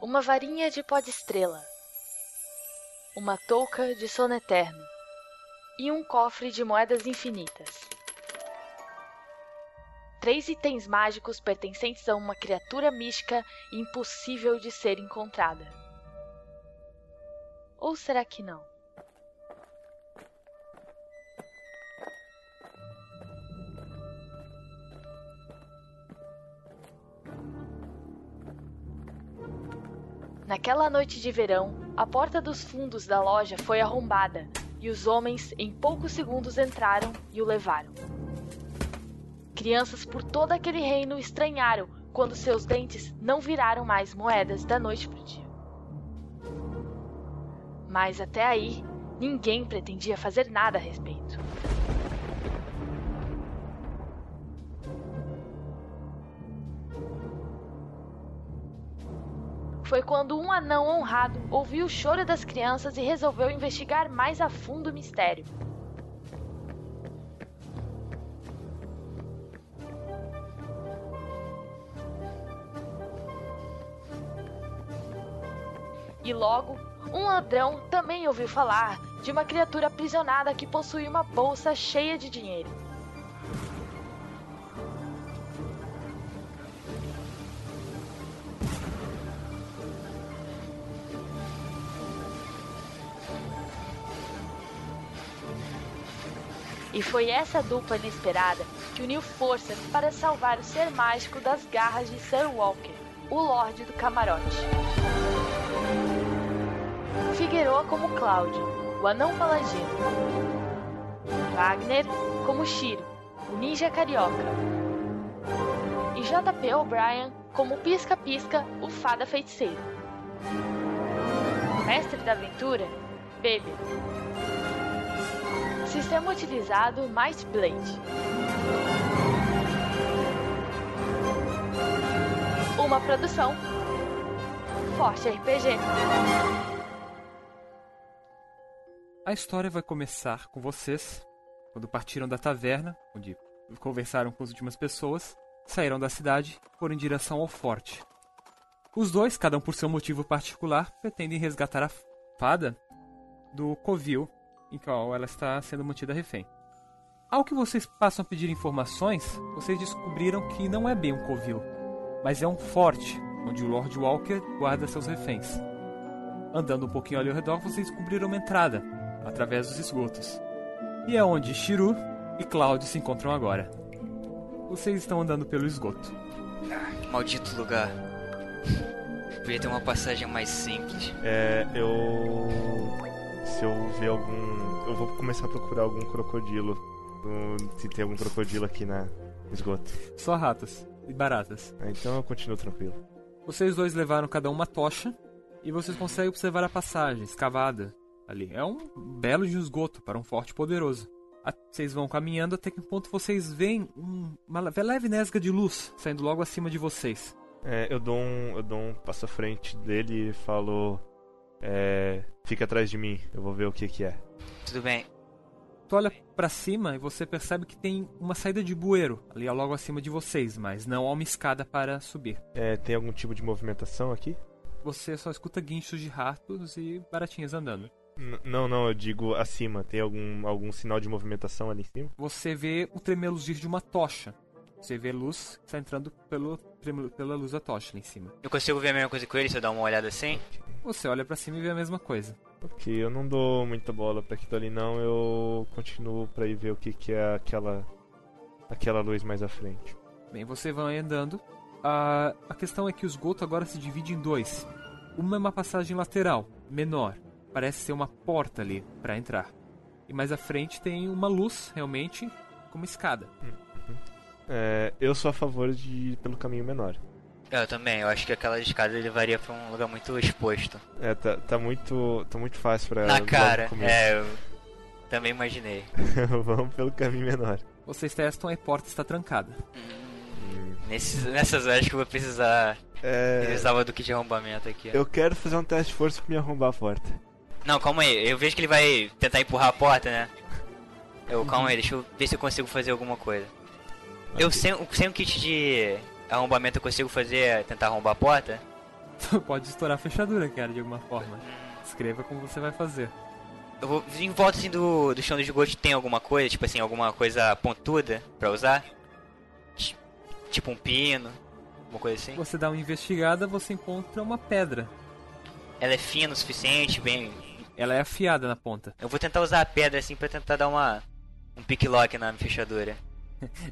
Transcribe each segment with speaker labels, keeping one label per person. Speaker 1: uma varinha de pó de estrela, uma touca de sono eterno e um cofre de moedas infinitas. Três itens mágicos pertencentes a uma criatura mística impossível de ser encontrada. Ou será que não? Naquela noite de verão, a porta dos fundos da loja foi arrombada e os homens, em poucos segundos, entraram e o levaram. Crianças por todo aquele reino estranharam quando seus dentes não viraram mais moedas da noite para o dia. Mas até aí, ninguém pretendia fazer nada a respeito. foi quando um anão honrado ouviu o choro das crianças e resolveu investigar mais a fundo o mistério. E logo, um ladrão também ouviu falar de uma criatura aprisionada que possuía uma bolsa cheia de dinheiro. E foi essa dupla inesperada que uniu forças para salvar o ser mágico das garras de Sir Walker, o Lorde do Camarote. Figueroa como Cláudio, o anão paladino. Wagner como Shiro, o ninja carioca. E JP O'Brien como Pisca-Pisca, o fada feiticeiro. O mestre da aventura, Bebe. Sistema utilizado Might Blade. Uma produção Forte RPG.
Speaker 2: A história vai começar com vocês quando partiram da taverna, onde conversaram com as últimas pessoas, saíram da cidade, foram em direção ao forte. Os dois, cada um por seu motivo particular, pretendem resgatar a fada do covil em qual ela está sendo mantida refém. Ao que vocês passam a pedir informações, vocês descobriram que não é bem um covil, mas é um forte, onde o Lord Walker guarda seus reféns. Andando um pouquinho ali ao redor, vocês descobriram uma entrada, através dos esgotos. E é onde Shiru e Cloud se encontram agora. Vocês estão andando pelo esgoto.
Speaker 3: Maldito lugar. Podia ter uma passagem mais simples.
Speaker 4: É, eu. Se eu ver algum. Eu vou começar a procurar algum crocodilo. Um, Se tem algum crocodilo aqui na no esgoto.
Speaker 2: Só ratas e baratas.
Speaker 4: Ah, Então eu continuo tranquilo.
Speaker 2: Vocês dois levaram cada um uma tocha e vocês conseguem observar a passagem escavada ali. É um belo de um esgoto para um forte poderoso. A- Vocês vão caminhando até que um ponto vocês veem um- uma le- leve nesga de luz saindo logo acima de vocês.
Speaker 4: É, eu dou um. Eu dou um passo à frente dele e falo. É. Fica atrás de mim, eu vou ver o que que é.
Speaker 3: Tudo bem.
Speaker 2: Tu olha pra cima e você percebe que tem uma saída de bueiro ali logo acima de vocês, mas não há uma escada para subir.
Speaker 4: É, tem algum tipo de movimentação aqui?
Speaker 2: Você só escuta guinchos de ratos e baratinhas andando.
Speaker 4: N- não, não, eu digo acima. Tem algum, algum sinal de movimentação ali em cima?
Speaker 2: você vê o tremeluzir de uma tocha. Você vê luz que está entrando pelo, tremelu- pela luz da tocha lá em cima.
Speaker 3: Eu consigo ver a mesma coisa com ele se eu dar uma olhada assim?
Speaker 2: Você olha pra cima e vê a mesma coisa.
Speaker 4: Ok, eu não dou muita bola pra aquilo ali não, eu continuo pra ir ver o que que é aquela aquela luz mais à frente.
Speaker 2: Bem, você vai andando. A, a questão é que o esgoto agora se divide em dois. Uma é uma passagem lateral, menor. Parece ser uma porta ali para entrar. E mais à frente tem uma luz, realmente, como escada.
Speaker 4: É, eu sou a favor de ir pelo caminho menor.
Speaker 3: É, Eu também, eu acho que aquela escada levaria pra um lugar muito exposto.
Speaker 4: É, tá, tá muito tá muito fácil pra
Speaker 3: Na
Speaker 4: logo
Speaker 3: cara,
Speaker 4: comer.
Speaker 3: é, eu também imaginei.
Speaker 4: Vamos pelo caminho menor.
Speaker 2: Vocês testam e a porta está trancada.
Speaker 3: Nesses- nessas horas que eu vou precisar.
Speaker 4: É,
Speaker 3: Precisava do kit de arrombamento aqui. ó.
Speaker 4: eu quero fazer um teste de força pra me arrombar a porta.
Speaker 3: Não, calma aí, eu vejo que ele vai tentar empurrar a porta, né? Eu,
Speaker 4: Uhum.
Speaker 3: calma aí, deixa eu ver se eu consigo fazer alguma coisa. Eu sem, sem um kit de arrombamento eu consigo fazer, tentar arrombar a porta?
Speaker 2: Então, Pode estourar a fechadura, cara, de alguma forma. Escreva como você vai fazer.
Speaker 3: Eu vou, em volta assim do, do chão de esgoto tem alguma coisa, tipo assim, alguma coisa pontuda pra usar? Ti- Tipo um pino, alguma coisa assim.
Speaker 2: Você dá uma investigada, você encontra uma pedra.
Speaker 3: Ela é fina o suficiente, bem.
Speaker 2: Ela é afiada na ponta.
Speaker 3: Eu vou tentar usar a pedra assim pra tentar dar uma. um pick-lock na fechadura.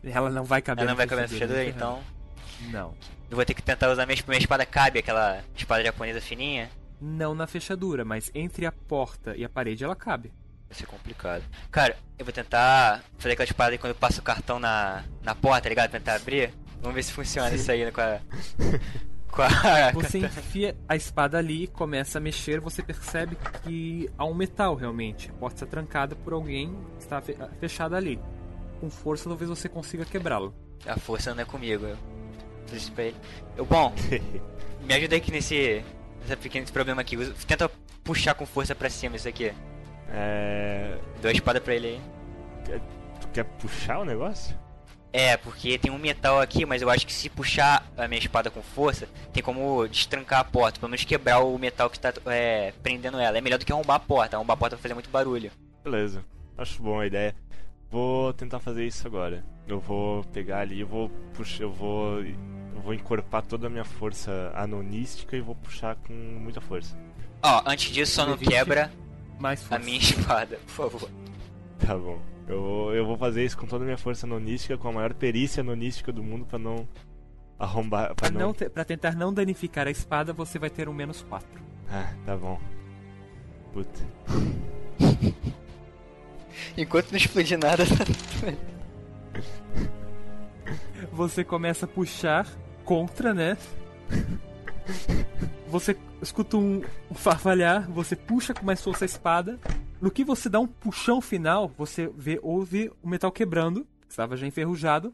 Speaker 2: Ela não vai caber
Speaker 3: Ela não vai caber na
Speaker 2: fechadura,
Speaker 3: Tá
Speaker 2: né?
Speaker 3: fechadura, então.
Speaker 2: Não.
Speaker 3: Eu vou ter que tentar usar minha, minha espada cabe, aquela espada japonesa fininha.
Speaker 2: Não na fechadura, mas entre a porta e a parede ela cabe.
Speaker 3: Vai ser complicado. Cara, eu vou tentar fazer aquela espada aí quando eu passo o cartão na, na porta, tá ligado? Tentar abrir. Vamos ver se funciona isso aí né, com a. Com a.
Speaker 2: Você enfia a espada ali e começa a mexer, você percebe que há um metal realmente. A porta está trancada por alguém, está fe- ah, fechada ali. Com força talvez você consiga quebrá-lo.
Speaker 3: A força não é comigo. Eu fiz isso pra ele. Eu, bom, me ajuda aqui nesse. Nessa pequeno esse problema aqui. Usa- Tenta puxar com força pra cima isso aqui.
Speaker 4: É.
Speaker 3: Dou a espada pra ele aí.
Speaker 4: Tu quer puxar o negócio?
Speaker 3: É, porque tem um metal aqui, mas eu acho que se puxar a minha espada com força, tem como destrancar a porta, pelo menos quebrar o metal que tá é, prendendo ela. É melhor do que arrombar a porta, arrombar a porta vai fazer muito barulho.
Speaker 4: Beleza. Acho boa a ideia. Vou tentar fazer isso agora. Eu vou pegar ali, eu vou puxar, eu vou. Eu vou encorpar toda a minha força anonística e vou puxar com muita força.
Speaker 3: Ó, antes disso, só não
Speaker 2: Evite
Speaker 3: quebra
Speaker 2: Mais
Speaker 3: a
Speaker 2: força.
Speaker 3: minha espada, por favor.
Speaker 4: Tá bom. Eu, vou- eu vou fazer isso com toda a minha força anonística, com a maior perícia anonística do mundo pra não arrombar. Pra
Speaker 2: Pra,
Speaker 4: não.
Speaker 2: Ah, não te- pra tentar não danificar a espada, você vai ter um menos 4.
Speaker 4: Ah, tá bom. Puta.
Speaker 3: Enquanto não explodir nada,
Speaker 2: Você começa a puxar contra, né? Você escuta um um farfalhar, você puxa com mais força a espada. No que você dá um puxão final, você vê, ouve o metal quebrando, que estava já enferrujado.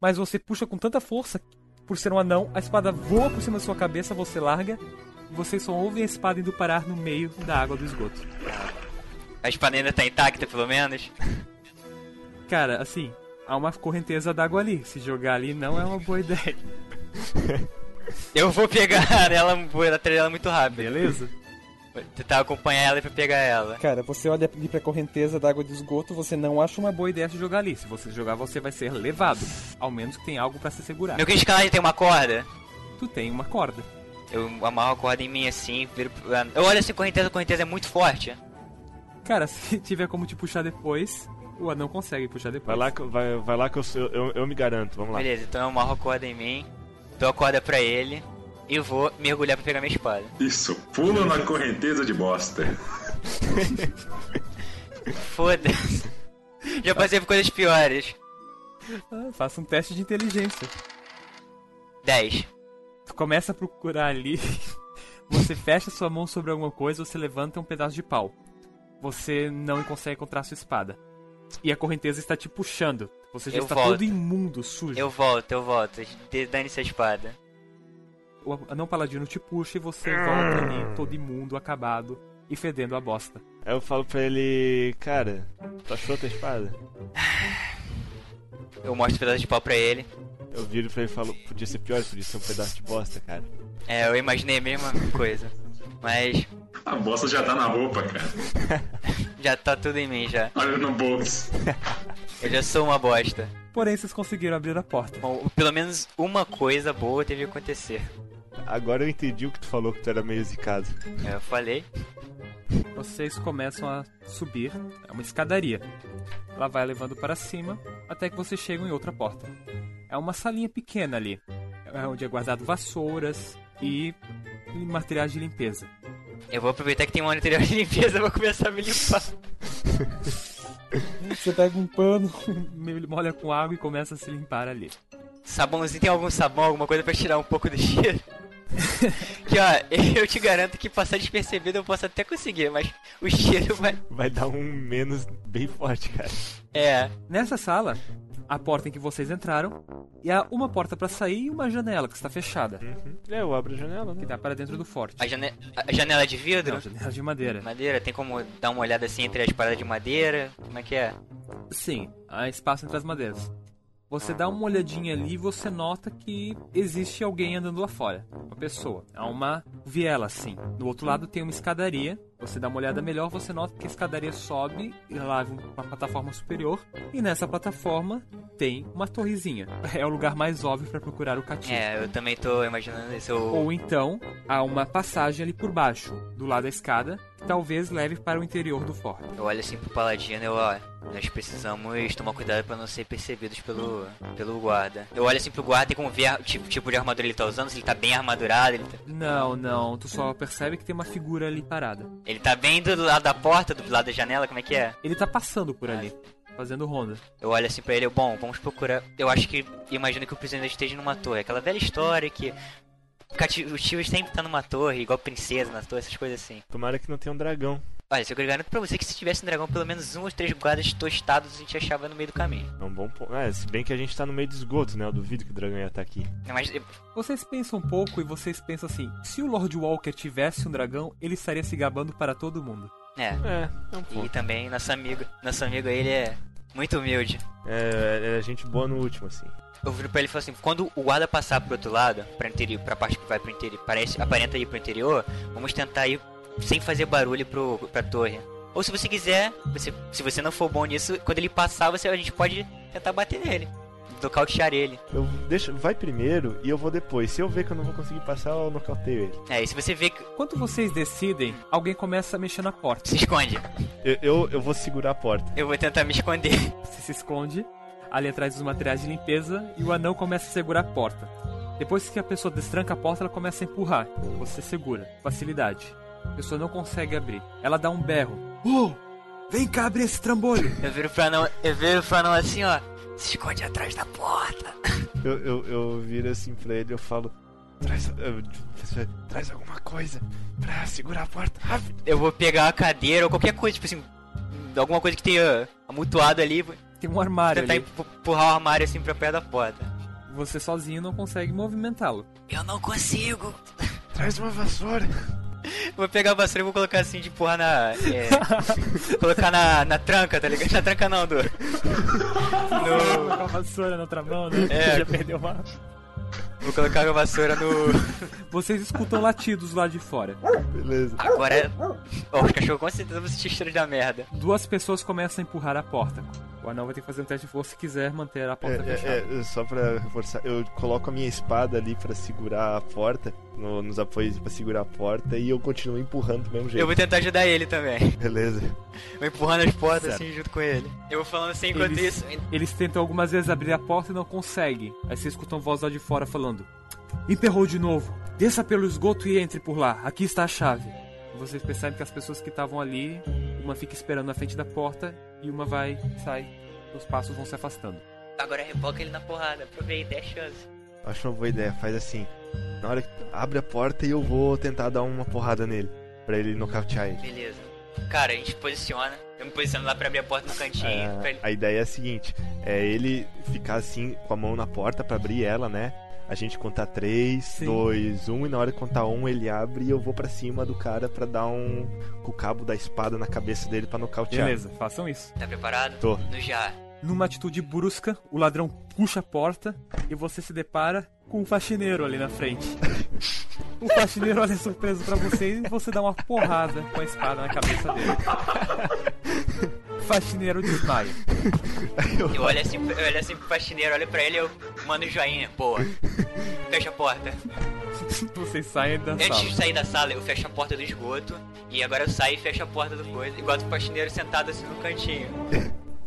Speaker 2: Mas você puxa com tanta força, que, por ser um anão, a espada voa por cima da sua cabeça, você larga. E vocês só ouvem a espada indo parar no meio da água do esgoto.
Speaker 3: a espada ainda tá intacta, pelo menos.
Speaker 2: Cara, assim, há uma correnteza d'água ali. Se jogar ali não é uma boa ideia.
Speaker 3: Eu vou pegar ela, vou atrás dela muito rápido.
Speaker 2: Beleza?
Speaker 3: Vou tentar acompanhar ela e pra pegar ela.
Speaker 2: Cara, você olha ali pra correnteza da água de esgoto, você não acha uma boa ideia se jogar ali. Se você jogar, você vai ser levado. Ao menos que tem algo pra se segurar.
Speaker 3: Meu querido escalagem tem uma corda.
Speaker 2: Tu tem uma corda.
Speaker 3: Eu amarro a corda em mim assim, viro pro- Eu olho assim, correnteza, correnteza é muito forte.
Speaker 2: Cara, se tiver como te puxar depois, o anão consegue puxar depois.
Speaker 4: Vai lá, que eu- vai, vai lá que eu, sou- eu, eu me garanto, vamos lá.
Speaker 3: Beleza, então eu amarro a corda em mim, dou a corda pra ele e vou mergulhar pra pegar minha espada.
Speaker 5: Isso, pula na correnteza de bosta.
Speaker 3: Foda-se. Já passei por coisas piores.
Speaker 2: Ah, faça um teste de inteligência.
Speaker 3: 10.
Speaker 2: Tu começa a procurar ali. Você fecha sua mão sobre alguma coisa, você levanta um pedaço de pau. Você não consegue encontrar a sua espada. E a correnteza está te puxando. Você já
Speaker 3: Eu
Speaker 2: está
Speaker 3: volto.
Speaker 2: todo imundo, sujo.
Speaker 3: Eu volto, eu volto. De- Dane-se a espada.
Speaker 2: O anão paladino te puxa e você volta ali, todo imundo, acabado e fedendo a bosta.
Speaker 4: Aí eu falo pra ele, cara, tu achou tua espada?
Speaker 3: Eu mostro o pedaço de pau pra ele.
Speaker 4: Eu viro pra ele e falo, podia ser pior, podia ser um pedaço de bosta, cara.
Speaker 3: É, eu imaginei a mesma coisa. Mas
Speaker 5: A bosta já tá na roupa, cara.
Speaker 3: já tá tudo em mim já.
Speaker 5: Olha no bolso.
Speaker 3: Eu já sou uma bosta.
Speaker 2: Porém, vocês conseguiram abrir a porta.
Speaker 3: Bom, pelo menos uma coisa boa teve que acontecer.
Speaker 4: Agora eu entendi o que tu falou que tu era meio zicado.
Speaker 3: Eu falei.
Speaker 2: Vocês começam a subir é uma escadaria. Ela vai levando para cima até que vocês chegam em outra porta. É uma salinha pequena ali, é onde é guardado vassouras e materiais de limpeza.
Speaker 3: Eu vou aproveitar que tem um ano anterior de limpeza, eu vou começar a me limpar.
Speaker 2: Você pega um pano, molha com água e começa a se limpar ali.
Speaker 3: Sabãozinho, tem algum sabão, alguma coisa pra tirar um pouco do cheiro? que ó, eu te garanto que passar despercebido eu posso até conseguir, mas o cheiro vai.
Speaker 4: Vai dar um menos bem forte, cara.
Speaker 3: É.
Speaker 2: Nessa sala, a porta em que vocês entraram, e há uma porta pra sair e uma janela que está fechada,
Speaker 4: É, eu abro a janela,
Speaker 2: que
Speaker 4: né?
Speaker 2: dá para dentro do forte.
Speaker 3: A, jane... a janela de vidro?
Speaker 2: Não, janela de madeira.
Speaker 3: Madeira, tem como dar uma olhada assim entre as paradas de madeira? Como é que é?
Speaker 2: Sim, há espaço entre as madeiras. Você dá uma olhadinha ali e você nota que existe alguém andando lá fora. Uma pessoa. Há uma viela, assim. Do outro lado tem uma escadaria. Você dá uma olhada melhor, você nota que a escadaria sobe e lá vem uma plataforma superior. E nessa plataforma tem uma torrezinha. É o lugar mais óbvio pra procurar o cativo.
Speaker 3: É, eu também tô imaginando isso. Eu...
Speaker 2: Ou então, há uma passagem ali por baixo, do lado da escada, que talvez leve para o interior do forte.
Speaker 3: eu olho assim pro paladino e eu, ó, nós precisamos tomar cuidado pra não ser percebidos pelo, pelo guarda. Eu olho assim pro guarda e como ver o tipo, tipo de armadura ele tá usando, se ele tá bem armadurado, ele tá,
Speaker 2: Não, não, tu só percebe que tem uma figura ali parada.
Speaker 3: ele tá bem do lado da porta, do lado da janela, como é que é?
Speaker 2: Ele tá passando por ali, fazendo ronda.
Speaker 3: Eu olho assim pra ele, eu, bom, vamos procurar. Eu acho que, imagino que o prisioneiro esteja numa torre. Aquela velha história que cati- os tios sempre tá numa torre, igual princesa na torre, essas coisas assim.
Speaker 4: Tomara que não tenha um dragão.
Speaker 3: Olha, se eu garanto pra você que se tivesse um dragão, pelo menos um ou três guardas tostados a gente achava no meio do caminho.
Speaker 4: É um bom ponto. É, se bem que a gente tá no meio do esgoto, né? Eu duvido que o dragão ia estar aqui.
Speaker 3: Mas eu-
Speaker 2: Vocês pensam um pouco e vocês pensam assim: se o Lord Walker tivesse um dragão, ele estaria se gabando para todo mundo.
Speaker 3: É,
Speaker 4: É, é um
Speaker 3: e
Speaker 4: ponto.
Speaker 3: também nosso amigo, nosso amigo ele é muito humilde.
Speaker 4: É, é, é gente boa no último, assim.
Speaker 3: Eu viro pra ele e falo assim, quando o guarda passar pro outro lado, pra, interior, pra parte que vai pro interior, parece, aparenta ir pro interior, vamos tentar ir sem fazer barulho pro, pra torre. Ou se você quiser, você- se você não for bom nisso, quando ele passar, você, a gente pode tentar bater nele. Nocautear ele.
Speaker 4: Eu deixo, vai primeiro e eu vou depois. Se eu ver que eu não vou conseguir passar, eu nocauteio ele.
Speaker 3: É, e se você vê que...
Speaker 2: Quando vocês decidem, alguém começa a mexer na porta.
Speaker 3: Se esconde.
Speaker 4: Eu, eu, eu vou segurar a porta.
Speaker 3: Eu vou tentar me esconder.
Speaker 2: Você se esconde ali atrás dos materiais de limpeza e o anão começa a segurar a porta. Depois que a pessoa destranca a porta, ela começa a empurrar. Você segura, facilidade. A pessoa não consegue abrir. Ela dá um berro. Oh! Vem cá abrir esse trambolho!
Speaker 3: Eu viro pra não, eu viro pra não assim, ó. Se esconde atrás da porta.
Speaker 4: Eu, eu, eu viro assim pra ele e eu falo: traz, eu- traz alguma coisa pra segurar a porta rápido.
Speaker 3: Eu vou pegar a cadeira ou qualquer coisa, tipo assim, alguma coisa que tenha amutuado ali, vou
Speaker 2: Tem um armário
Speaker 3: tentar
Speaker 2: ali.
Speaker 3: empu- empurrar o armário assim pra perto da porta.
Speaker 2: Você sozinho não consegue movimentá-lo.
Speaker 3: Eu não consigo.
Speaker 4: Traz uma vassoura.
Speaker 3: Vou pegar a vassoura e vou colocar assim de empurrar na. é, colocar na, na tranca, tá ligado? Na tranca não, do. no-
Speaker 2: Com a vassoura na outra mão, né?
Speaker 3: É.
Speaker 2: Já perdeu uma.
Speaker 3: vou colocar a vassoura no.
Speaker 2: Vocês escutam latidos lá de fora.
Speaker 4: Beleza.
Speaker 3: Agora. Ó, os cachorros com certeza vão sentir cheiro da merda.
Speaker 2: Duas pessoas começam a empurrar a porta. O anão vai ter que fazer um teste de força se quiser manter a
Speaker 4: É,
Speaker 2: porta
Speaker 4: é,
Speaker 2: fechada.
Speaker 4: é, só pra reforçar, eu coloco a minha espada ali pra segurar a porta, no- nos apoios pra segurar a porta, e eu continuo empurrando do mesmo jeito.
Speaker 3: Eu vou tentar ajudar ele também.
Speaker 4: Beleza.
Speaker 3: Vou empurrando as portas
Speaker 2: Certo.
Speaker 3: assim junto com ele. Eu vou falando assim enquanto
Speaker 2: Eles-
Speaker 3: isso.
Speaker 2: Eles tentam algumas vezes abrir a porta e não conseguem. Aí vocês escutam voz lá de fora falando: Emperrou de novo. Desça pelo esgoto e entre por lá. Aqui está a chave. Vocês percebem que as pessoas que estavam ali, uma fica esperando na frente da porta e uma vai, sai. Os passos vão se afastando.
Speaker 3: Agora reboca ele na porrada. Aproveita, é a chance.
Speaker 4: Acho uma boa ideia, faz assim. Na hora que abre a porta e eu vou tentar dar uma porrada nele. Pra ele nocautear ele.
Speaker 3: Beleza. Cara, a gente posiciona. Eu me posiciono lá pra abrir a porta no cantinho. pra ele-
Speaker 4: A, a ideia é a seguinte: é ele ficar assim com a mão na porta pra abrir ela, né? A gente contar 3,
Speaker 2: Sim.
Speaker 4: 2, 1, e na hora de contar 1 ele abre e eu vou pra cima do cara pra dar um. com o cabo da espada na cabeça dele pra nocautear.
Speaker 2: Beleza, façam isso.
Speaker 3: Tá preparado?
Speaker 4: Tô.
Speaker 3: No já.
Speaker 2: Numa atitude brusca, o ladrão puxa a porta e você se depara com um faxineiro ali na frente. O faxineiro olha surpreso pra você e você dá uma porrada com a espada na cabeça dele. Faxineiro desmaia.
Speaker 3: Eu olho assim, eu olho assim pro faxineiro, olho pra ele e eu mando um joinha. Boa. Fecha a porta.
Speaker 2: Vocês saem da
Speaker 3: Antes de
Speaker 2: sala.
Speaker 3: sair da sala, eu fecho a porta do esgoto. E agora eu saio e fecho a porta do coisa. Igual o faxineiro sentado assim no cantinho.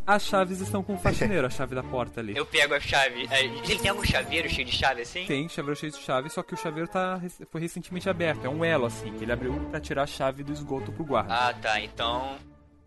Speaker 2: As chaves estão com o faxineiro, a chave da porta ali.
Speaker 3: Eu pego a chave. é, Ele tem algum chaveiro cheio de chave assim?
Speaker 2: Tem chaveiro cheio de chave, só que o chaveiro tá, foi recentemente aberto. É um elo, assim, que ele abriu pra tirar a chave do esgoto pro guarda.
Speaker 3: Ah tá, então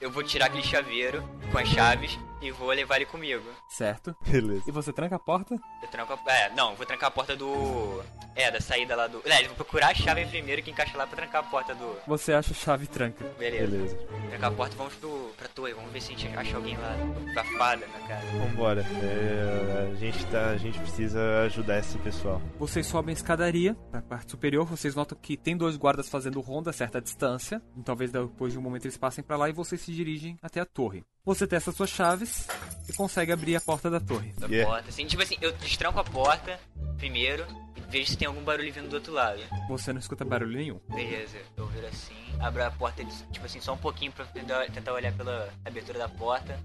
Speaker 3: eu vou tirar aquele chaveiro com as chaves e vou levar ele comigo.
Speaker 2: Certo?
Speaker 4: Beleza.
Speaker 2: E você tranca a porta?
Speaker 3: Eu tranco a... É, não, eu vou trancar a porta do... É, da saída lá do... Aliás, eu vou procurar a chave primeiro que encaixa lá pra trancar a porta do...
Speaker 2: Você acha a chave e tranca.
Speaker 3: Beleza.
Speaker 4: Beleza.
Speaker 3: Trancar a porta, vamos pro... pra torre, vamos ver se a gente acha alguém lá da fada na casa.
Speaker 4: Vambora. É, a, gente tá, a gente precisa ajudar esse pessoal.
Speaker 2: Vocês sobem a escadaria pra parte superior. Vocês notam que tem dois guardas fazendo ronda a certa distância. Talvez depois de um momento eles passem pra lá e vocês se dirigem até a torre. Você testa suas chaves, simples e consegue abrir a porta da torre.
Speaker 3: Da
Speaker 4: Yeah.
Speaker 3: porta, assim, tipo assim, eu destranco a porta primeiro e vejo se tem algum barulho vindo do outro lado.
Speaker 2: Você não escuta barulho nenhum.
Speaker 3: Beleza, eu viro assim, abro a porta, de- tipo assim, só um pouquinho pra eu dar- tentar olhar pela abertura da porta.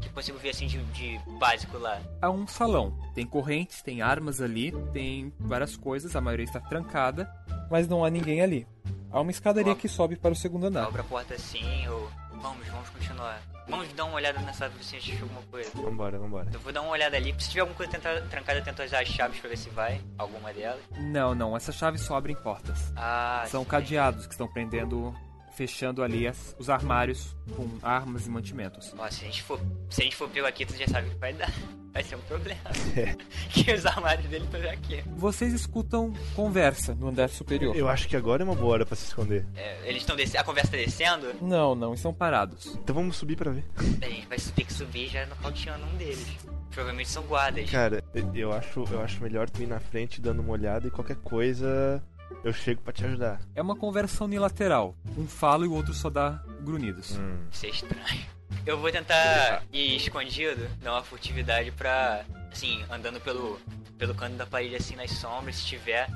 Speaker 3: Que consigo ver assim de, de básico lá.
Speaker 2: Há um salão. Tem correntes, tem armas ali, tem várias coisas, a maioria está trancada, mas não há ninguém ali. Há uma escadaria que sobe para o segundo andar.
Speaker 3: Abro a porta assim, eu. Vamos, vamos continuar. Vamos dar uma olhada nessa árvore se a gente achou alguma coisa.
Speaker 4: Vambora, vambora.
Speaker 3: Eu vou dar uma olhada ali. Se tiver alguma coisa tentar, trancada, eu tento usar as chaves pra ver se vai. Alguma delas.
Speaker 2: Não, não, essas chaves só abrem portas.
Speaker 3: Ah,
Speaker 2: São
Speaker 3: sim.
Speaker 2: cadeados que estão prendendo, fechando ali as- os armários com armas e mantimentos.
Speaker 3: Nossa, se a gente for, se a gente for pego aqui, tu já sabe o que vai dar. Vai ser um problema. que os armários dele estão aqui.
Speaker 2: Vocês escutam conversa no andar superior.
Speaker 4: Eu acho que agora é uma boa hora pra se esconder.
Speaker 3: É, eles estão descendo. A conversa tá descendo?
Speaker 2: Não, não, estão parados.
Speaker 4: Então vamos subir pra ver.
Speaker 3: A gente vai ter que subir já nocauteando um deles. Provavelmente são guardas.
Speaker 4: Cara, eu acho, eu acho melhor tu ir na frente dando uma olhada e qualquer coisa eu chego pra te ajudar.
Speaker 2: É uma conversa unilateral. Um fala e o outro só dá grunhidos.
Speaker 3: Isso é estranho. Eu vou tentar ir escondido, dar uma furtividade pra. Assim, andando pelo, pelo canto da parede assim nas sombras, se tiver.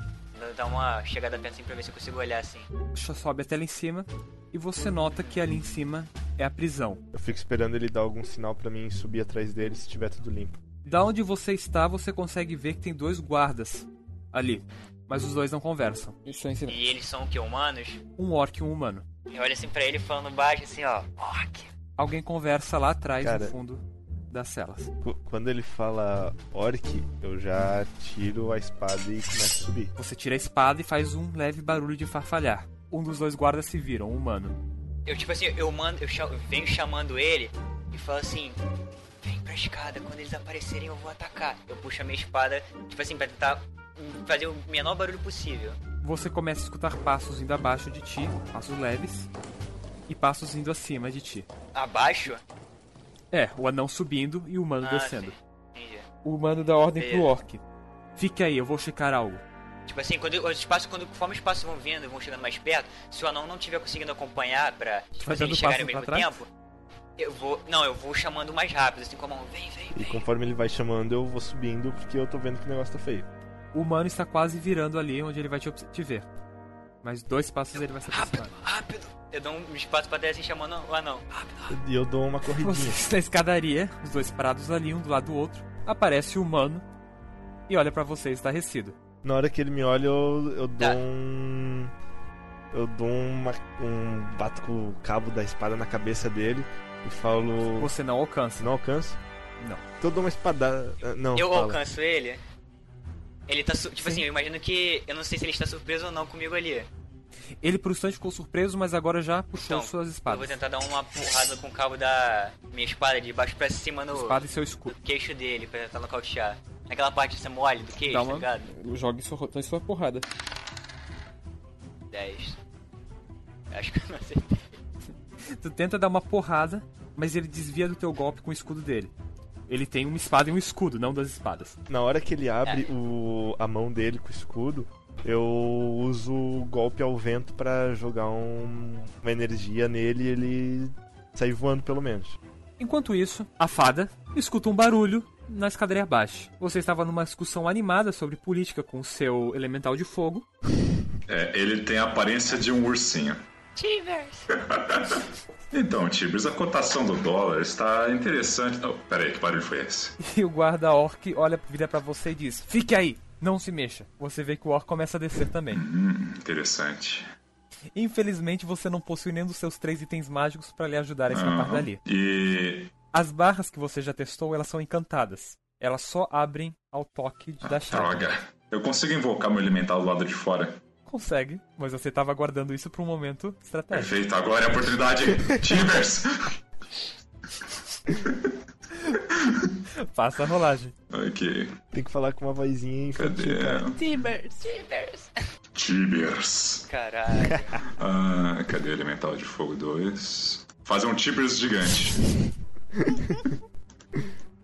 Speaker 3: Dar uma chegada perto assim pra ver se eu consigo olhar assim.
Speaker 2: Só Sobe até lá em cima e você nota que ali em cima é a prisão.
Speaker 4: Eu fico esperando ele dar algum sinal pra mim subir atrás dele se tiver tudo limpo.
Speaker 2: Da onde você está, você consegue ver que tem dois guardas ali, mas os dois não conversam. Isso é
Speaker 3: E eles são o que? Humanos?
Speaker 2: Um orc e um humano.
Speaker 3: Eu olho assim pra ele falando baixo assim, ó. Orc.
Speaker 2: Alguém conversa lá atrás,
Speaker 4: Cara.
Speaker 2: no fundo das celas.
Speaker 4: Qu- Quando ele fala orc, eu já tiro a espada e começo a subir.
Speaker 2: Você tira a espada e faz um leve barulho de farfalhar. Um dos dois guardas se vira, um humano.
Speaker 3: Eu tipo assim, eu mando, eu, cha- eu venho chamando ele e falo assim, vem pra escada, quando eles aparecerem eu vou atacar. Eu puxo a minha espada, tipo assim, pra tentar hum, fazer o menor barulho possível.
Speaker 2: Você começa a escutar passos indo abaixo de ti, passos leves, e passos indo acima de ti.
Speaker 3: Abaixo?
Speaker 2: É, o anão subindo e o humano
Speaker 3: Ah,
Speaker 2: descendo.
Speaker 3: sim. Entendi.
Speaker 2: O humano dá ordem
Speaker 3: Beleza.
Speaker 2: pro orc. Fique aí, eu vou checar algo.
Speaker 3: Tipo assim, quando os espaços, quando conforme os espaços vão vindo, vão chegando mais perto, se o anão não tiver conseguindo acompanhar pra tipo
Speaker 2: vai
Speaker 3: assim,
Speaker 2: dando
Speaker 3: eles chegarem
Speaker 2: passos
Speaker 3: ao mesmo
Speaker 2: pra trás?
Speaker 3: tempo, eu vou. Não, eu vou chamando mais rápido, assim como a mão, vem, vem,
Speaker 4: E
Speaker 3: vem.
Speaker 4: conforme ele vai chamando, eu vou subindo porque eu tô vendo que o negócio tá feio.
Speaker 2: O humano está quase virando ali onde ele vai te, obs- te ver. Mas dois passos ele vai se aproximar.
Speaker 3: Rápido, rápido. Eu dou um espaço pra trás assim chamando o anão. Rápido, rápido.
Speaker 4: E eu dou uma corridinha.
Speaker 2: Vocês na escadaria, os dois parados ali, um do lado do outro. Aparece o humano e olha pra você estarrecido.
Speaker 4: Na hora que ele me olha, eu, eu dou
Speaker 3: Tá.
Speaker 4: um. Eu dou uma, um. Bato com o cabo da espada na cabeça dele e falo.
Speaker 2: Você não alcança.
Speaker 4: Não alcanço?
Speaker 2: Não.
Speaker 4: Então eu dou uma espada. ah, Não.
Speaker 3: Eu
Speaker 4: fala.
Speaker 3: alcanço ele. Ele tá. su- Tipo assim, eu imagino que. Eu não sei se ele está surpreso ou não comigo ali.
Speaker 2: Ele por um instante ficou surpreso, mas agora já puxou
Speaker 3: Então,
Speaker 2: suas
Speaker 3: Eu vou
Speaker 2: espadas.
Speaker 3: tentar dar uma porrada com o cabo da minha espada de baixo pra cima no,
Speaker 2: Espada e seu
Speaker 3: no
Speaker 2: escudo.
Speaker 3: queixo dele pra tentar nocautear. Naquela parte que você mole do queixo, tá ligado?
Speaker 2: Jogue sua, então, sua porrada.
Speaker 3: 10. Acho que eu não acertei.
Speaker 2: Tu tenta dar uma porrada, mas ele desvia do teu golpe com o escudo dele. Ele tem uma espada e um escudo, não duas espadas.
Speaker 4: Na hora que ele abre o, a mão dele com o escudo, eu uso o golpe ao vento pra jogar um- uma energia nele e ele sair voando pelo menos.
Speaker 2: Enquanto isso, a fada escuta um barulho na escadaria abaixo. Você estava numa discussão animada sobre política com o seu elemental de fogo.
Speaker 5: É, ele tem a aparência de um ursinho. Tivers. então, Tibers, a cotação do dólar está interessante. Oh, peraí, que barulho foi esse?
Speaker 2: E o guarda orc olha, vira pra você e diz: Fique aí, não se mexa. Você vê que o orc começa a descer também.
Speaker 5: Interessante.
Speaker 2: Infelizmente, você não possui nenhum dos seus três itens mágicos pra lhe ajudar a escapar
Speaker 5: Aham.
Speaker 2: dali.
Speaker 5: E
Speaker 2: As barras que você já testou, elas são encantadas. Elas só abrem ao toque de- da chave.
Speaker 5: Droga. Eu consigo invocar meu elemental do lado de fora.
Speaker 2: Consegue, mas você tava guardando isso pra um momento estratégico.
Speaker 5: Perfeito, agora é a oportunidade. Tibers!
Speaker 2: Faça a rolagem.
Speaker 5: ok.
Speaker 4: Tem que falar com uma vozinha infantil.
Speaker 5: Cadê?
Speaker 4: cara.
Speaker 1: Timbers.
Speaker 5: Tibers.
Speaker 3: Caralho.
Speaker 5: Ah, cadê o elemental de fogo 2? Fazer um Tibers gigante.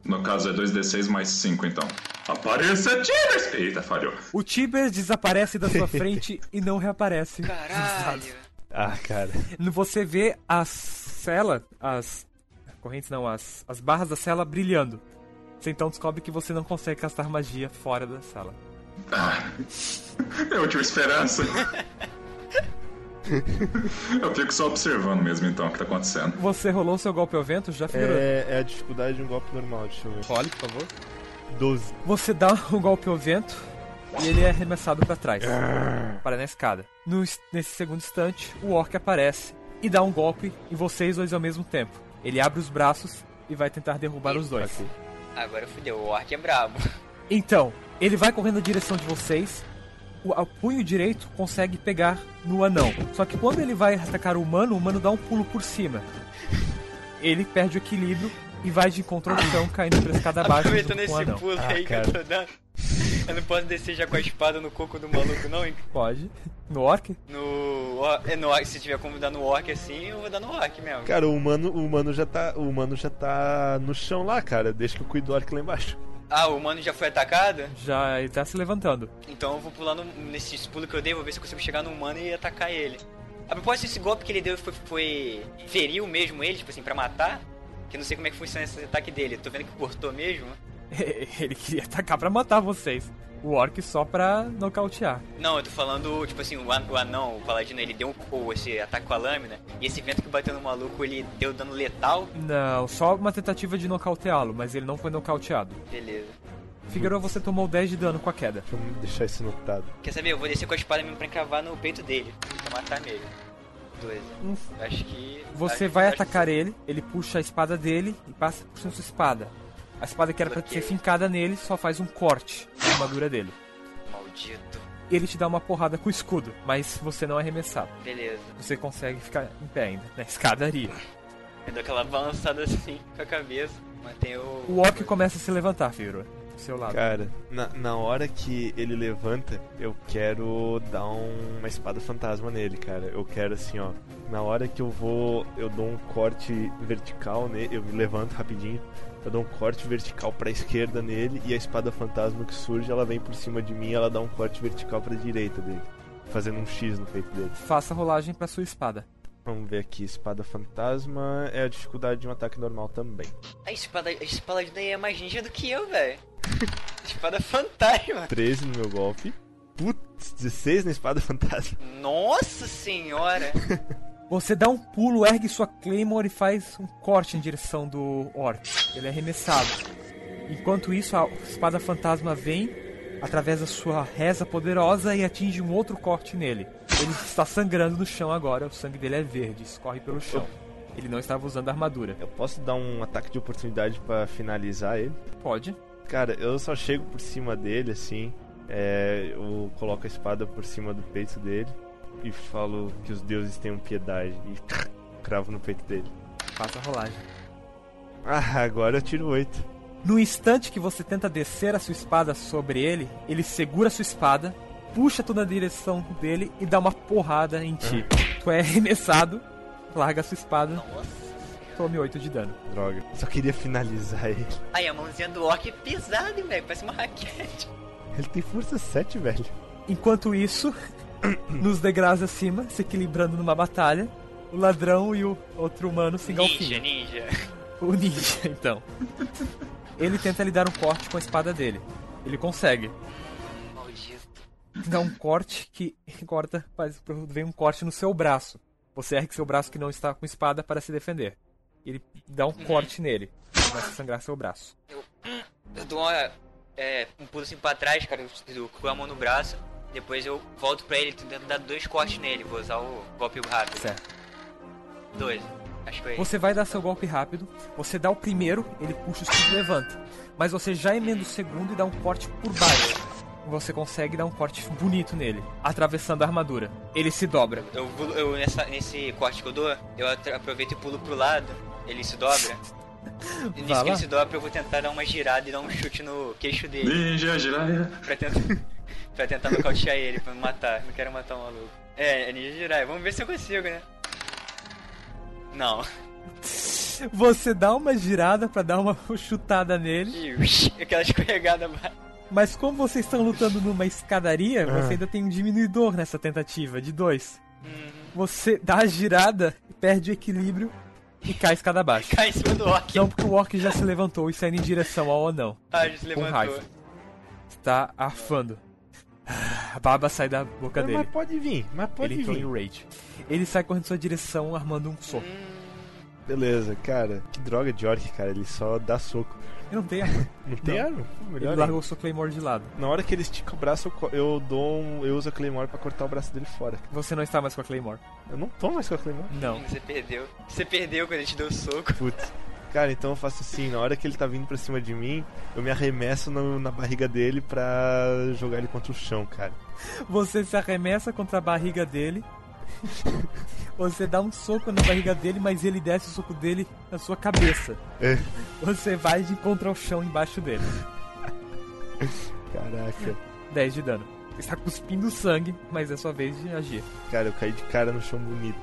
Speaker 5: no caso é 2d6 mais 5, então. Apareça Tibers! Eita, falhou.
Speaker 2: O Tibers desaparece da sua frente e não reaparece.
Speaker 3: Caralho.
Speaker 4: Ah, cara.
Speaker 2: Você vê a cela, as. como correntes não, as, as barras da cela brilhando. Você então descobre que você não consegue castar magia fora da sala.
Speaker 5: Ah, é a última esperança. Eu fico só observando mesmo então o que tá acontecendo.
Speaker 2: Você rolou seu golpe ao vento, já figurou.
Speaker 4: É, é a dificuldade de um golpe normal, deixa eu ver.
Speaker 2: Role, por favor.
Speaker 4: 12.
Speaker 2: Você dá um golpe ao vento e ele é arremessado pra trás, para na escada. No ins- nesse segundo instante, o orc aparece e dá um golpe em vocês dois ao mesmo tempo. Ele abre os braços e vai tentar derrubar os dois.
Speaker 3: Agora fudeu, o Orc é brabo.
Speaker 2: Então, ele vai correndo na direção de vocês. O, o punho direito consegue pegar no anão. Só que quando ele vai atacar o humano, o humano dá um pulo por cima. Ele perde o equilíbrio e vai de encontro ao chão, caindo pela escada abaixo junto
Speaker 3: Aproveitando
Speaker 2: com
Speaker 3: esse
Speaker 2: o anão.
Speaker 3: pulo aí
Speaker 4: Ah,
Speaker 3: que eu tô dando. Eu não posso descer já com a espada no coco do maluco, não, hein?
Speaker 2: Pode. No orc?
Speaker 3: No. or- É no orc, se tiver como dar no orc assim, eu vou dar no orc mesmo.
Speaker 4: Cara, o humano, o humano já tá. O humano já tá no chão lá, cara. Deixa que eu cuido do orc lá embaixo.
Speaker 3: Ah, o humano já foi atacado?
Speaker 2: Já ele tá se levantando.
Speaker 3: Então eu vou pular no, nesse pulo que eu dei, vou ver se eu consigo chegar no humano e atacar ele. A propósito, esse golpe que ele deu foi, foi. feriu mesmo ele, tipo assim, pra matar? Que eu não sei como é que funciona esse ataque dele. Tô vendo que cortou mesmo.
Speaker 2: Ele queria atacar pra matar vocês. O orc só pra nocautear.
Speaker 3: Não, eu tô falando, tipo assim, o an- o anão, o paladino, ele deu um pulo, esse ataque com a lâmina, e esse vento que bateu no maluco, ele deu dano letal.
Speaker 2: Não, só uma tentativa de nocauteá-lo, mas ele não foi nocauteado.
Speaker 3: Beleza.
Speaker 2: Figaro, você tomou 10 de dano com a queda.
Speaker 4: Deixa eu deixar isso notado.
Speaker 3: Quer saber? Eu vou descer com a espada mesmo pra encravar no peito dele, pra matar mesmo. 12.
Speaker 2: Um
Speaker 3: Acho que.
Speaker 2: Você
Speaker 3: acho-
Speaker 2: vai
Speaker 3: acho que-
Speaker 2: atacar ele, ele puxa a espada dele e passa por cima da sua espada. A espada que era pra ser
Speaker 3: Bloqueio.
Speaker 2: fincada nele só faz um corte na armadura dele.
Speaker 3: Maldito.
Speaker 2: Ele te dá uma porrada com o escudo, mas você não é arremessado.
Speaker 3: Beleza.
Speaker 2: Você consegue ficar em pé ainda, na escadaria.
Speaker 3: Eu dou aquela balançada assim com a cabeça. Mantém o.
Speaker 2: O orc começa a se levantar, Firo. Do seu lado.
Speaker 4: Cara, na, na hora que ele levanta, eu quero dar um- uma espada fantasma nele, cara. Eu quero assim, ó. Na hora que eu vou, eu dou um corte vertical nele, eu me levanto rapidinho. Eu dou um corte vertical pra esquerda nele e a espada fantasma que surge, ela vem por cima de mim, ela dá um corte vertical pra direita dele, fazendo um X no peito dele.
Speaker 2: Faça a rolagem pra sua espada.
Speaker 4: Vamos ver aqui, espada fantasma é a dificuldade de um ataque normal também.
Speaker 3: A espada, a espada de Dei é mais ninja do que eu, velho. Espada é fantasma.
Speaker 4: 13 no meu golpe. Putz, 16 na espada fantasma.
Speaker 3: Nossa senhora.
Speaker 2: Você dá um pulo, ergue sua claymore e faz um corte em direção do orc. Ele é arremessado. Enquanto isso, a espada fantasma vem através da sua reza poderosa e atinge um outro corte nele. Ele está sangrando no chão agora, o sangue dele é verde, escorre pelo chão. Ele não estava usando a armadura.
Speaker 4: Eu posso dar um ataque de oportunidade pra finalizar ele?
Speaker 2: Pode.
Speaker 4: Cara, eu só chego por cima dele, assim. é, eu coloco a espada por cima do peito dele e falo que os deuses tenham piedade e cravo no peito dele.
Speaker 2: Faça a rolagem.
Speaker 4: Ah, agora eu tiro oito.
Speaker 2: No instante que você tenta descer a sua espada sobre ele, ele segura a sua espada, puxa tu na direção dele e dá uma porrada em ti. Tu é arremessado, larga a sua espada, tome 8 de dano.
Speaker 4: Droga. Só queria finalizar ele.
Speaker 3: Aí a mãozinha do orc é pesada, hein, velho. Parece uma raquete.
Speaker 4: Ele tem força 7, velho.
Speaker 2: Enquanto isso, nos degraus acima, se equilibrando numa batalha, o ladrão e o outro humano se
Speaker 3: Ninja,
Speaker 2: engalfinham.
Speaker 3: ninja.
Speaker 2: O ninja, então. Ele tenta lhe dar um corte com a espada dele. Ele consegue.
Speaker 3: Maldito.
Speaker 2: dá um corte que corta, faz, vem um corte no seu braço. Você ergue seu braço que não está com espada para se defender. Ele dá um corte nele. Começa a sangrar seu braço.
Speaker 3: Eu dou uma, é, um pulo assim pra trás, cara, eu- eu com a mão no braço. Depois eu volto pra ele, tentando dar dois cortes nele. Vou usar o golpe rápido.
Speaker 2: Certo.
Speaker 3: Dois. Acho que foi.
Speaker 2: Você vai dar seu golpe rápido. Você dá o primeiro, ele puxa o escudo e levanta. Mas você já emenda o segundo e dá um corte por baixo. Você consegue dar um corte bonito nele, atravessando a armadura. Ele se dobra.
Speaker 3: Eu, pulo- eu nessa, nesse corte que eu dou, eu atra- aproveito e pulo pro lado, ele se dobra.
Speaker 2: Vai
Speaker 3: E nisso que
Speaker 2: lá.
Speaker 3: ele se dobra, eu vou tentar dar uma girada e dar um chute no queixo dele.
Speaker 5: Ninja, Jiraiya.
Speaker 3: pra, tentar, pra tentar nocautear ele, pra me matar. Não quero matar o maluco. É, é ninja girar. Vamos ver se eu consigo, né? Não.
Speaker 2: Você dá uma girada pra dar uma chutada nele.
Speaker 3: Aquela escorregada ba-
Speaker 2: Mas como vocês estão lutando numa escadaria,
Speaker 4: Ah.
Speaker 2: você ainda tem um diminuidor nessa tentativa de dois. Você dá a girada, perde o equilíbrio e cai escada abaixo.
Speaker 3: Cai em cima do orc.
Speaker 2: Não, porque o orc já se levantou e saindo em direção ao anão.
Speaker 3: Ah, já se
Speaker 2: Com
Speaker 3: levantou.
Speaker 2: raiva. Está arfando. Ah, A baba sai da boca
Speaker 4: Mas,
Speaker 2: dele.
Speaker 4: mas pode vir, mas pode
Speaker 2: Ele entrou
Speaker 4: vir.
Speaker 2: em um- rage. Ele sai correndo em sua direção, armando um soco.
Speaker 4: Beleza, cara. Que droga de orc, cara. Ele só dá soco.
Speaker 2: Ele não tem arma.
Speaker 4: Não tem
Speaker 2: Não.
Speaker 4: arma? Pô,
Speaker 2: Ele
Speaker 4: melhor ainda.
Speaker 2: largou o seu Claymore de lado.
Speaker 4: Na hora que ele estica o braço, eu co- eu dou um- Eu uso a Claymore pra cortar o braço dele fora.
Speaker 2: Você não está mais com a Claymore.
Speaker 4: Eu não tô mais com a Claymore.
Speaker 2: Não.
Speaker 3: Hum, Você perdeu. Você perdeu quando a gente deu o soco.
Speaker 4: Putz. Cara, então eu faço assim, na hora que ele tá vindo pra cima de mim, eu me arremesso no- na barriga dele pra jogar ele contra o chão, cara.
Speaker 2: Você se arremessa contra a barriga dele. Você dá um soco na barriga dele, mas ele desce o soco dele na sua cabeça.
Speaker 4: É.
Speaker 2: Você vai de encontro ao chão embaixo dele.
Speaker 4: Caraca.
Speaker 2: 10 de dano. Está cuspindo sangue, mas é sua vez de agir.
Speaker 4: Cara, eu caí de cara no chão bonito.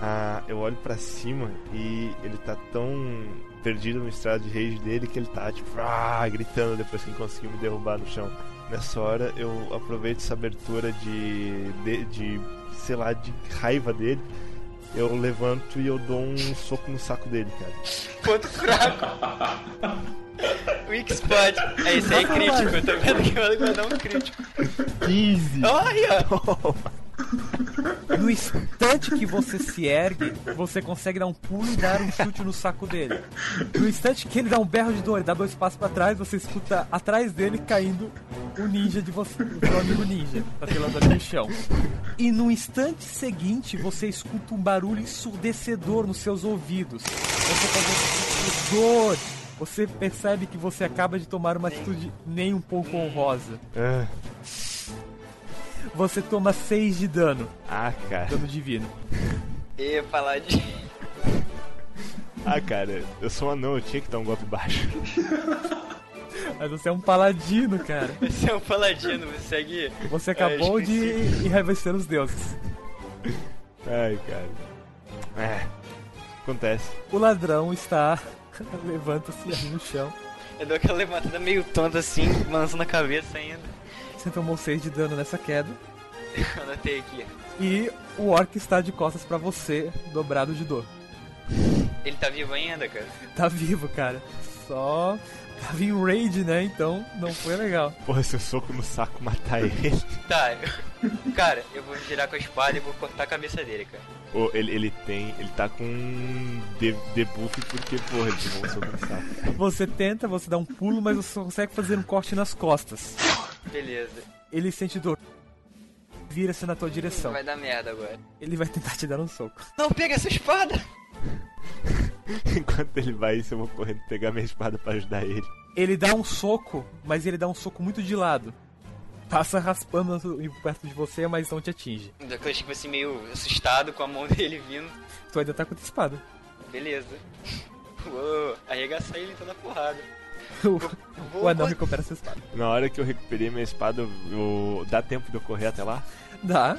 Speaker 4: Ah, eu olho pra cima e ele tá tão perdido no estado de rage dele que ele tá tipo ah, gritando depois que ele conseguiu me derrubar no chão. Nessa hora eu aproveito essa abertura de, de, de sei lá, de raiva dele. Eu levanto e eu dou um soco no saco dele, cara.
Speaker 3: Ponto fraco. Weak spot. É, esse aí é crítico. Eu tô vendo que o maluco vai dar um crítico.
Speaker 4: 15!
Speaker 3: Olha aí, ó.
Speaker 2: No instante que você se ergue, você consegue dar um pulo e dar um chute no saco dele. No instante que ele dá um berro de dor e dá dois passos pra trás, você escuta atrás dele caindo o ninja de você, o seu amigo ninja, tá telando ali no chão. E no instante seguinte, você escuta um barulho ensurdecedor nos seus ouvidos. Você começa a sentir dor. Você percebe que você acaba de tomar uma atitude nem um pouco honrosa.
Speaker 4: Ah,
Speaker 2: Você toma 6 de dano,
Speaker 4: ah, cara.
Speaker 2: dano divino.
Speaker 3: Ê, paladinho.
Speaker 4: Ah, cara, eu sou um anão, eu tinha que dar um golpe baixo.
Speaker 2: Mas você é um paladino, cara.
Speaker 3: Você é um paladino, você segue.
Speaker 2: Você acabou de enraivecer os deuses.
Speaker 4: Ai, cara. É. Acontece.
Speaker 2: O ladrão está. Levanta-se ali no chão.
Speaker 3: Eu dou aquela levantada meio tonta assim, lançando a cabeça ainda.
Speaker 2: Você tomou 6 de dano nessa queda.
Speaker 3: Anotei aqui.
Speaker 2: E o orc está de costas pra você, dobrado de dor.
Speaker 3: Ele tá vivo ainda, cara?
Speaker 2: Tá vivo, cara. Só. Tava em raid, né? Então não foi legal.
Speaker 4: Porra, se eu soco no saco matar ele.
Speaker 3: Tá, eu... cara, eu vou girar com a espada e vou cortar a cabeça dele, cara.
Speaker 4: Ô, ele, ele tem. Ele tá com um de, debuff porque, porra, ele tomou um soco no saco.
Speaker 2: Você tenta, você dá um pulo, mas você só consegue fazer um corte nas costas.
Speaker 3: Beleza.
Speaker 2: Ele sente dor. Vira-se na tua direção.
Speaker 3: Vai dar merda agora.
Speaker 2: Ele vai tentar te dar um soco.
Speaker 3: Não pega essa espada!
Speaker 4: Enquanto ele vai isso, eu vou correndo pegar minha espada pra ajudar ele.
Speaker 2: Ele dá um soco, mas ele dá um soco muito de lado. Passa raspando na sua- perto de você, mas não te atinge.
Speaker 3: Daquela tipo assim, meio assustado com a mão dele vindo.
Speaker 2: Tu ainda tá com a tua espada.
Speaker 3: Beleza. Uou, arregaçar ele então na porrada.
Speaker 2: O, o anão recupera sua espada.
Speaker 4: Na hora que eu recuperei minha espada, eu, eu- dá tempo de eu correr até lá?
Speaker 2: Dá.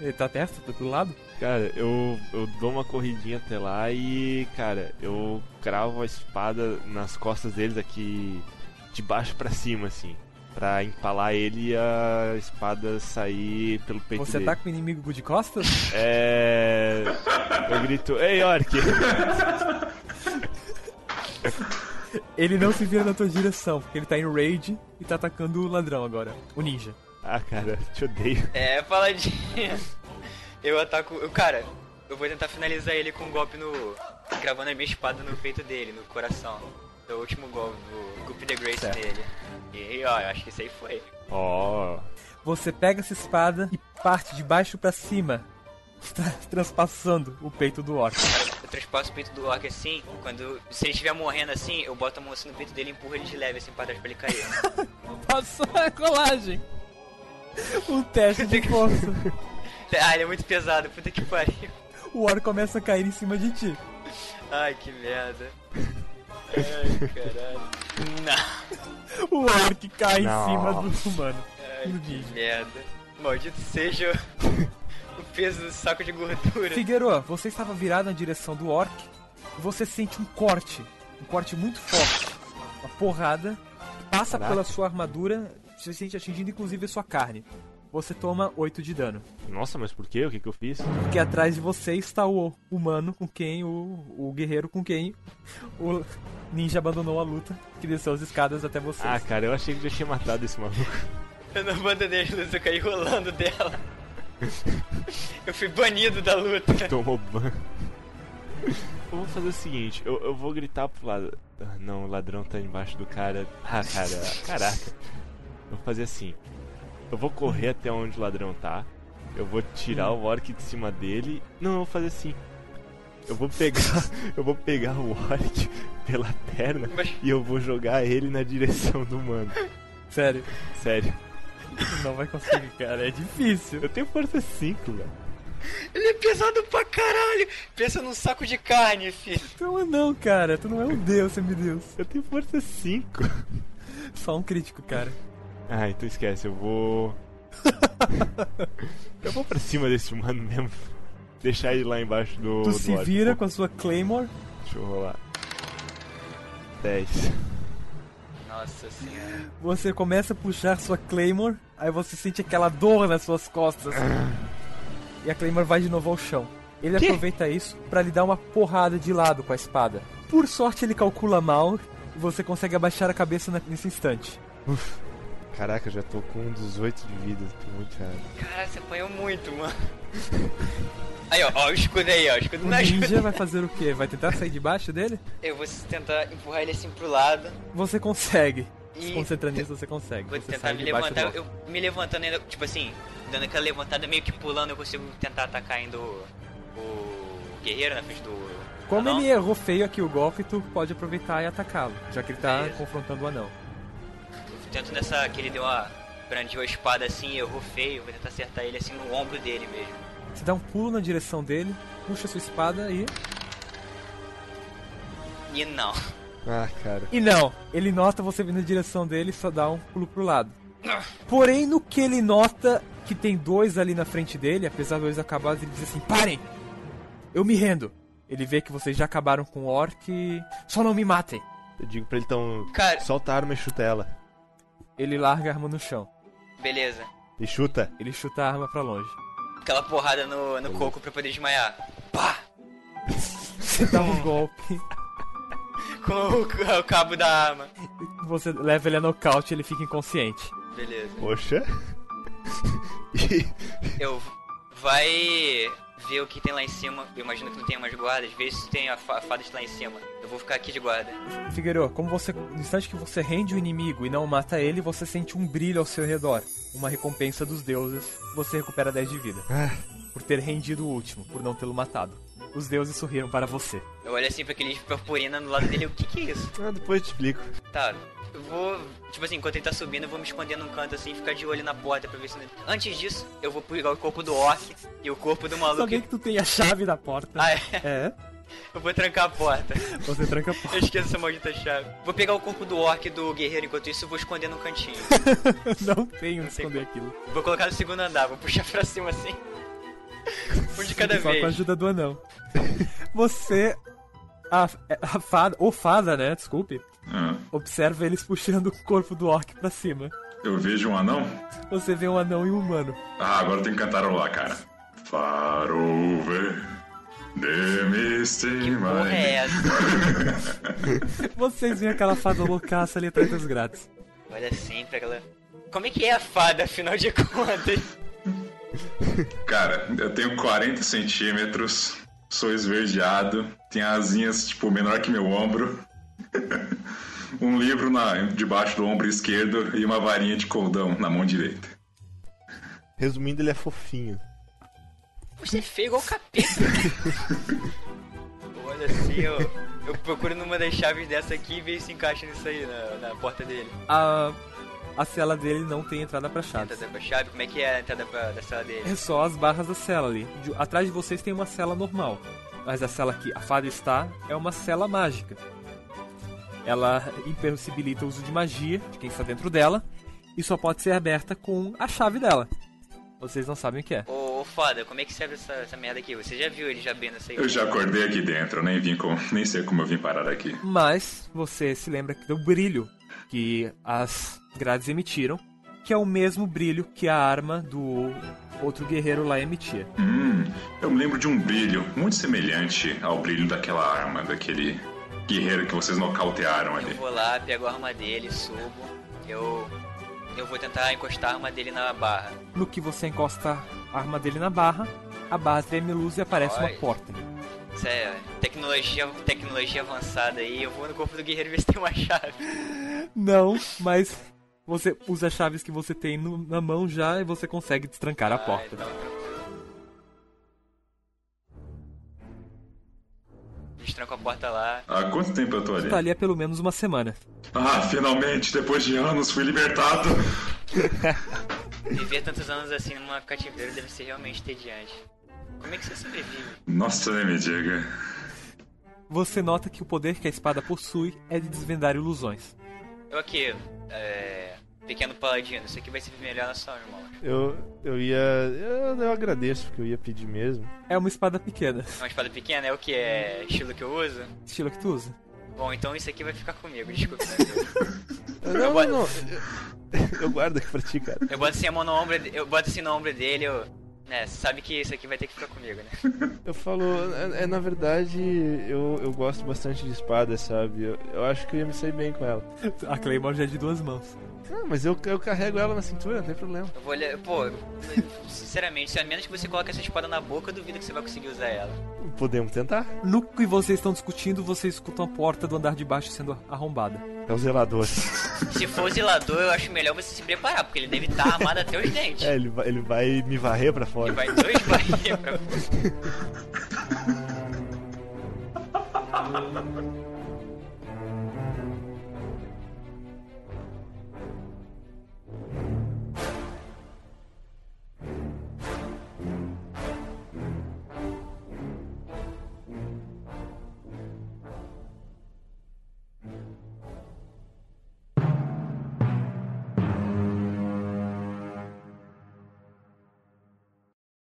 Speaker 2: Ele tá perto, tá do lado.
Speaker 4: Cara, eu, eu dou uma corridinha até lá e, cara, eu cravo a espada nas costas deles aqui, de baixo pra cima, assim. Pra empalar ele e a espada sair pelo peito
Speaker 2: Você
Speaker 4: dele.
Speaker 2: tá com o inimigo de costas?
Speaker 4: É. Eu grito, ei, Orc!
Speaker 2: Ele não se vira na tua direção, porque ele tá em raid e tá atacando o ladrão agora. O ninja.
Speaker 4: Ah, cara, te odeio.
Speaker 3: É, paladinha. Eu ataco. Eu, cara, eu vou tentar finalizar ele com um golpe no. Gravando a minha espada no peito dele, no coração. Do último golpe, do Goop the Grace
Speaker 2: Certo.
Speaker 3: dele. E ó, eu acho que isso aí foi.
Speaker 4: Ó.
Speaker 2: Você pega essa espada e parte de baixo pra cima, tra- transpassando o peito do orc.
Speaker 3: Eu transpasso o peito do Orc assim, quando. Se ele estiver morrendo assim, eu boto a mão assim no peito dele e empurro ele de leve assim pra trás pra ele cair.
Speaker 2: Passou a colagem. Um teste de força.
Speaker 3: ah, ele é muito pesado, puta que pariu.
Speaker 2: O orc começa a cair em cima de ti.
Speaker 3: Ai, que merda. Ai, caralho. Não.
Speaker 2: O orc cai
Speaker 4: Não.
Speaker 2: em cima do humano.
Speaker 3: Ai,
Speaker 2: No
Speaker 3: que
Speaker 2: ninja.
Speaker 3: merda. Maldito seja o peso do saco de gordura.
Speaker 2: Figueroa, você estava virado na direção do orc. e Você sente um corte. Um corte muito forte. Uma porrada. Passa
Speaker 4: Caraca.
Speaker 2: pela sua armadura. Você sente atingindo inclusive a sua carne. Você toma 8 de dano.
Speaker 4: Nossa, mas por quê? O que, que eu fiz?
Speaker 2: Porque atrás de você está o humano com quem, o, o guerreiro com quem o ninja abandonou a luta, que desceu as escadas até você.
Speaker 4: Ah, cara, eu achei que já tinha matado esse maluco.
Speaker 3: Eu não abandonei a luta, eu caí rolando dela. eu fui banido da luta.
Speaker 4: Tomou ban. Eu vou fazer o seguinte, eu, eu vou gritar pro lado. Ah, Não, o ladrão tá embaixo do cara. Ah, cara, caraca. Eu vou fazer assim. Eu vou correr até onde o ladrão tá. Eu vou tirar o orc de cima dele. Não, eu vou fazer assim. Eu vou pegar, eu vou pegar o orc pela perna
Speaker 3: Mas-
Speaker 4: e eu vou jogar ele na direção do mano.
Speaker 2: Sério,
Speaker 4: Sério.
Speaker 2: não vai conseguir, cara. É difícil.
Speaker 4: Eu tenho força 5, velho.
Speaker 3: Ele é pesado pra caralho. Pensa num saco de carne, filho.
Speaker 2: Não, não, cara. Tu não é um deus, meu Deus.
Speaker 4: Eu tenho força 5.
Speaker 2: Só um crítico, cara.
Speaker 4: Ah, então esquece, eu vou. eu vou pra cima desse humano mesmo. Deixar ele lá embaixo do.
Speaker 2: Tu
Speaker 4: do
Speaker 2: se
Speaker 4: orc.
Speaker 2: vira com a sua Claymore.
Speaker 4: Deixa eu rolar. 10.
Speaker 3: Nossa senhora.
Speaker 2: Você começa a puxar sua Claymore, aí você sente aquela dor nas suas costas. e a Claymore vai de novo ao chão. Ele aproveita isso pra lhe dar uma porrada de lado com a espada. Por sorte, ele calcula mal e você consegue abaixar a cabeça na- nesse instante.
Speaker 4: Caraca, eu já tô com 18 de vida, tô muito errado.
Speaker 3: Cara, você apanhou muito, mano. Aí, ó, ó, o escudo aí, ó. O escudo
Speaker 2: O
Speaker 3: me ajuda.
Speaker 2: ninja vai fazer o quê? Vai tentar sair debaixo dele?
Speaker 3: Eu vou tentar empurrar ele assim pro lado.
Speaker 2: Você consegue. Se
Speaker 3: E-
Speaker 2: concentra nisso, você consegue.
Speaker 3: Vou
Speaker 2: você
Speaker 3: tentar
Speaker 2: sai
Speaker 3: me
Speaker 2: debaixo
Speaker 3: levantar.
Speaker 2: do-
Speaker 3: Eu, me levantando ainda, tipo assim, dando aquela levantada, meio que pulando, eu consigo tentar atacar ainda o. o guerreiro na frente do.
Speaker 2: Como
Speaker 3: anão.
Speaker 2: ele errou feio aqui o golpe, tu pode aproveitar e atacá-lo, já que ele tá
Speaker 3: Beleza.
Speaker 2: confrontando o anão. é?
Speaker 3: Tento nessa que ele deu uma. brandiu a espada assim, errou feio, vou tentar acertar ele assim no ombro dele mesmo.
Speaker 2: Você dá um pulo na direção dele, puxa sua espada e.
Speaker 3: E não.
Speaker 4: Ah, cara.
Speaker 2: E não! Ele nota você vindo na direção dele e só dá um pulo pro lado. Porém, no que ele nota que tem dois ali na frente dele, apesar dos dois acabados, ele diz assim: Parem! Eu me rendo! Ele vê que vocês já acabaram com o orc e. Só não me matem!
Speaker 4: Eu digo pra ele então.
Speaker 3: Cara,
Speaker 4: Solta a arma e chuta ela.
Speaker 2: Ele larga a arma no chão.
Speaker 3: beleza.
Speaker 4: E chuta.
Speaker 2: Ele chuta a arma pra longe.
Speaker 3: Aquela porrada no, no coco pra poder desmaiar. Pá!
Speaker 2: Você dá um golpe,
Speaker 3: Com o, com o cabo da arma.
Speaker 2: você leva ele a nocaute e ele fica inconsciente.
Speaker 3: Beleza.
Speaker 4: Poxa.
Speaker 3: Eu. Vai ver o que tem lá em cima. Eu imagino que não tem mais guardas. Vê se tem a, fa a fada está lá em cima. Eu vou ficar aqui de guarda.
Speaker 2: Figueiro, como você, no instante que você rende o inimigo e não mata ele, você sente um brilho ao seu redor, uma recompensa dos deuses. Você recupera 10 de vida.
Speaker 4: Ah,
Speaker 2: Por ter rendido o último, por não tê-lo matado. Os deuses sorriram para você.
Speaker 3: Eu olho assim pra aquele purpurina no lado dele. O que que é isso?
Speaker 4: Ah, depois eu te explico.
Speaker 3: Tá. Eu vou. Tipo assim, enquanto ele tá subindo, eu vou me esconder num canto assim, ficar de olho na porta pra ver se. não- Antes disso, eu vou pegar o corpo do orc e o corpo do maluco.
Speaker 2: Sabia que tu tem a chave da porta.
Speaker 3: Ah, é.
Speaker 2: É,
Speaker 3: Eu vou trancar a porta.
Speaker 2: você tranca a porta.
Speaker 3: Eu esqueço essa maldita chave. Vou pegar o corpo do orc e do guerreiro enquanto isso eu vou esconder num cantinho.
Speaker 2: Não tenho onde
Speaker 3: sei
Speaker 2: esconder aquilo.
Speaker 3: Vou colocar no segundo andar, vou puxar pra cima assim. Um de cada
Speaker 2: Só com a
Speaker 3: vez.
Speaker 2: ajuda do anão. Você. A, a fada, ou fada, né? Desculpe.
Speaker 5: Ah,
Speaker 2: Observa eles puxando o corpo do orc pra cima.
Speaker 5: eu vejo um anão.
Speaker 2: Você vê um anão e um humano.
Speaker 5: Ah, agora tem que cantarolar, cara. Far over the misty
Speaker 3: Porra, é
Speaker 5: mind.
Speaker 3: essa?
Speaker 2: Vocês veem aquela fada loucaça ali atrás dos grades.
Speaker 3: Olha sempre aquela. Como é que é a fada, afinal de contas?
Speaker 5: Cara, eu tenho 40 centímetros, sou esverdeado, tenho asinhas, tipo, menor que meu ombro. um livro na, debaixo do ombro esquerdo e uma varinha de coldão na mão direita.
Speaker 4: Resumindo, ele é fofinho.
Speaker 3: Você é feio igual o capeta. Olha assim, eu, eu procuro numa das chaves dessa aqui e vejo se encaixa nisso aí, na, na porta dele.
Speaker 2: A, a cela dele não tem entrada pra chave.
Speaker 3: Entrada pra chave, como é que é a entrada pra, da sala dele?
Speaker 2: É só as barras da cela ali. De- atrás de vocês tem uma cela normal. Mas a cela que a fada está é uma cela mágica. Ela impossibilita o uso de magia de quem está dentro dela e só pode ser aberta com a chave dela. Vocês não sabem o que é.
Speaker 3: Ô, ô fada, como é que serve essa, essa merda aqui? Você já viu ele já abrindo essa aí?
Speaker 5: Eu já acordei aqui dentro, eu nem vim com, nem sei como eu vim parar aqui.
Speaker 2: Mas você se lembra que do brilho que as grades emitiram que é o mesmo brilho que a arma do outro guerreiro lá emitia.
Speaker 5: Hum, eu me lembro de um brilho muito semelhante ao brilho daquela arma, daquele guerreiro que vocês nocautearam
Speaker 3: Eu
Speaker 5: ali.
Speaker 3: vou lá, pego a arma dele, subo. Eu. Eu vou tentar encostar a arma dele na barra.
Speaker 2: No que você encosta a arma dele na barra, a barra treme luz e aparece uma
Speaker 3: Olha.
Speaker 2: porta.
Speaker 3: Isso é tecnologia, tecnologia avançada aí. Eu vou no corpo do guerreiro ver se tem uma chave.
Speaker 2: Não, mas você usa as chaves que você tem no- na mão já e você consegue destrancar a
Speaker 3: Ah,
Speaker 2: porta.
Speaker 3: então, tranquilo. Destranco a porta lá.
Speaker 5: Há quanto tempo eu tô ali?
Speaker 2: Tá ali há pelo menos uma semana.
Speaker 5: Ah, finalmente, depois de anos, fui libertado.
Speaker 3: Viver tantos anos assim numa cativeiro deve ser realmente entediante. Como é que você sobrevive?
Speaker 5: Nossa, nem me diga.
Speaker 2: Você nota que o poder que a espada possui é de desvendar ilusões.
Speaker 3: Eu aqui, é. Pequeno paladino, isso aqui vai servir melhor na sua mão.
Speaker 4: Eu, eu ia. Eu, eu agradeço, porque eu ia pedir mesmo.
Speaker 2: É uma espada pequena,
Speaker 3: É uma espada pequena, é o que? É estilo que eu uso?
Speaker 2: estilo que tu usa.
Speaker 3: Bom, então isso aqui vai ficar comigo, desculpa. né?
Speaker 4: Não, não, não. Eu- Eu guardo aqui pra ti, cara.
Speaker 3: Eu boto assim a mão no ombro, eu boto assim no ombro dele, eu. Né, sabe que isso aqui vai ter que ficar comigo, né?
Speaker 4: Eu falo, é, é, na verdade, eu, eu gosto bastante de espada, sabe? Eu, eu acho que eu ia me sair bem com ela.
Speaker 2: A Claymore já é de duas mãos.
Speaker 4: Ah, mas eu, eu carrego ela na cintura, não tem problema.
Speaker 3: Eu vou olhar. Pô, sinceramente, se a menos que você coloque essa espada na boca, eu duvido que você vai conseguir usar ela.
Speaker 4: Podemos tentar.
Speaker 2: No que vocês estão discutindo, vocês escutam a porta do andar de baixo sendo arrombada.
Speaker 4: É o zelador.
Speaker 3: Se for zelador, eu acho melhor você se preparar, porque ele deve estar armado até os dentes.
Speaker 4: É, ele vai, ele vai me varrer pra
Speaker 3: Ele
Speaker 4: fora.
Speaker 3: vai dois barrinhas pra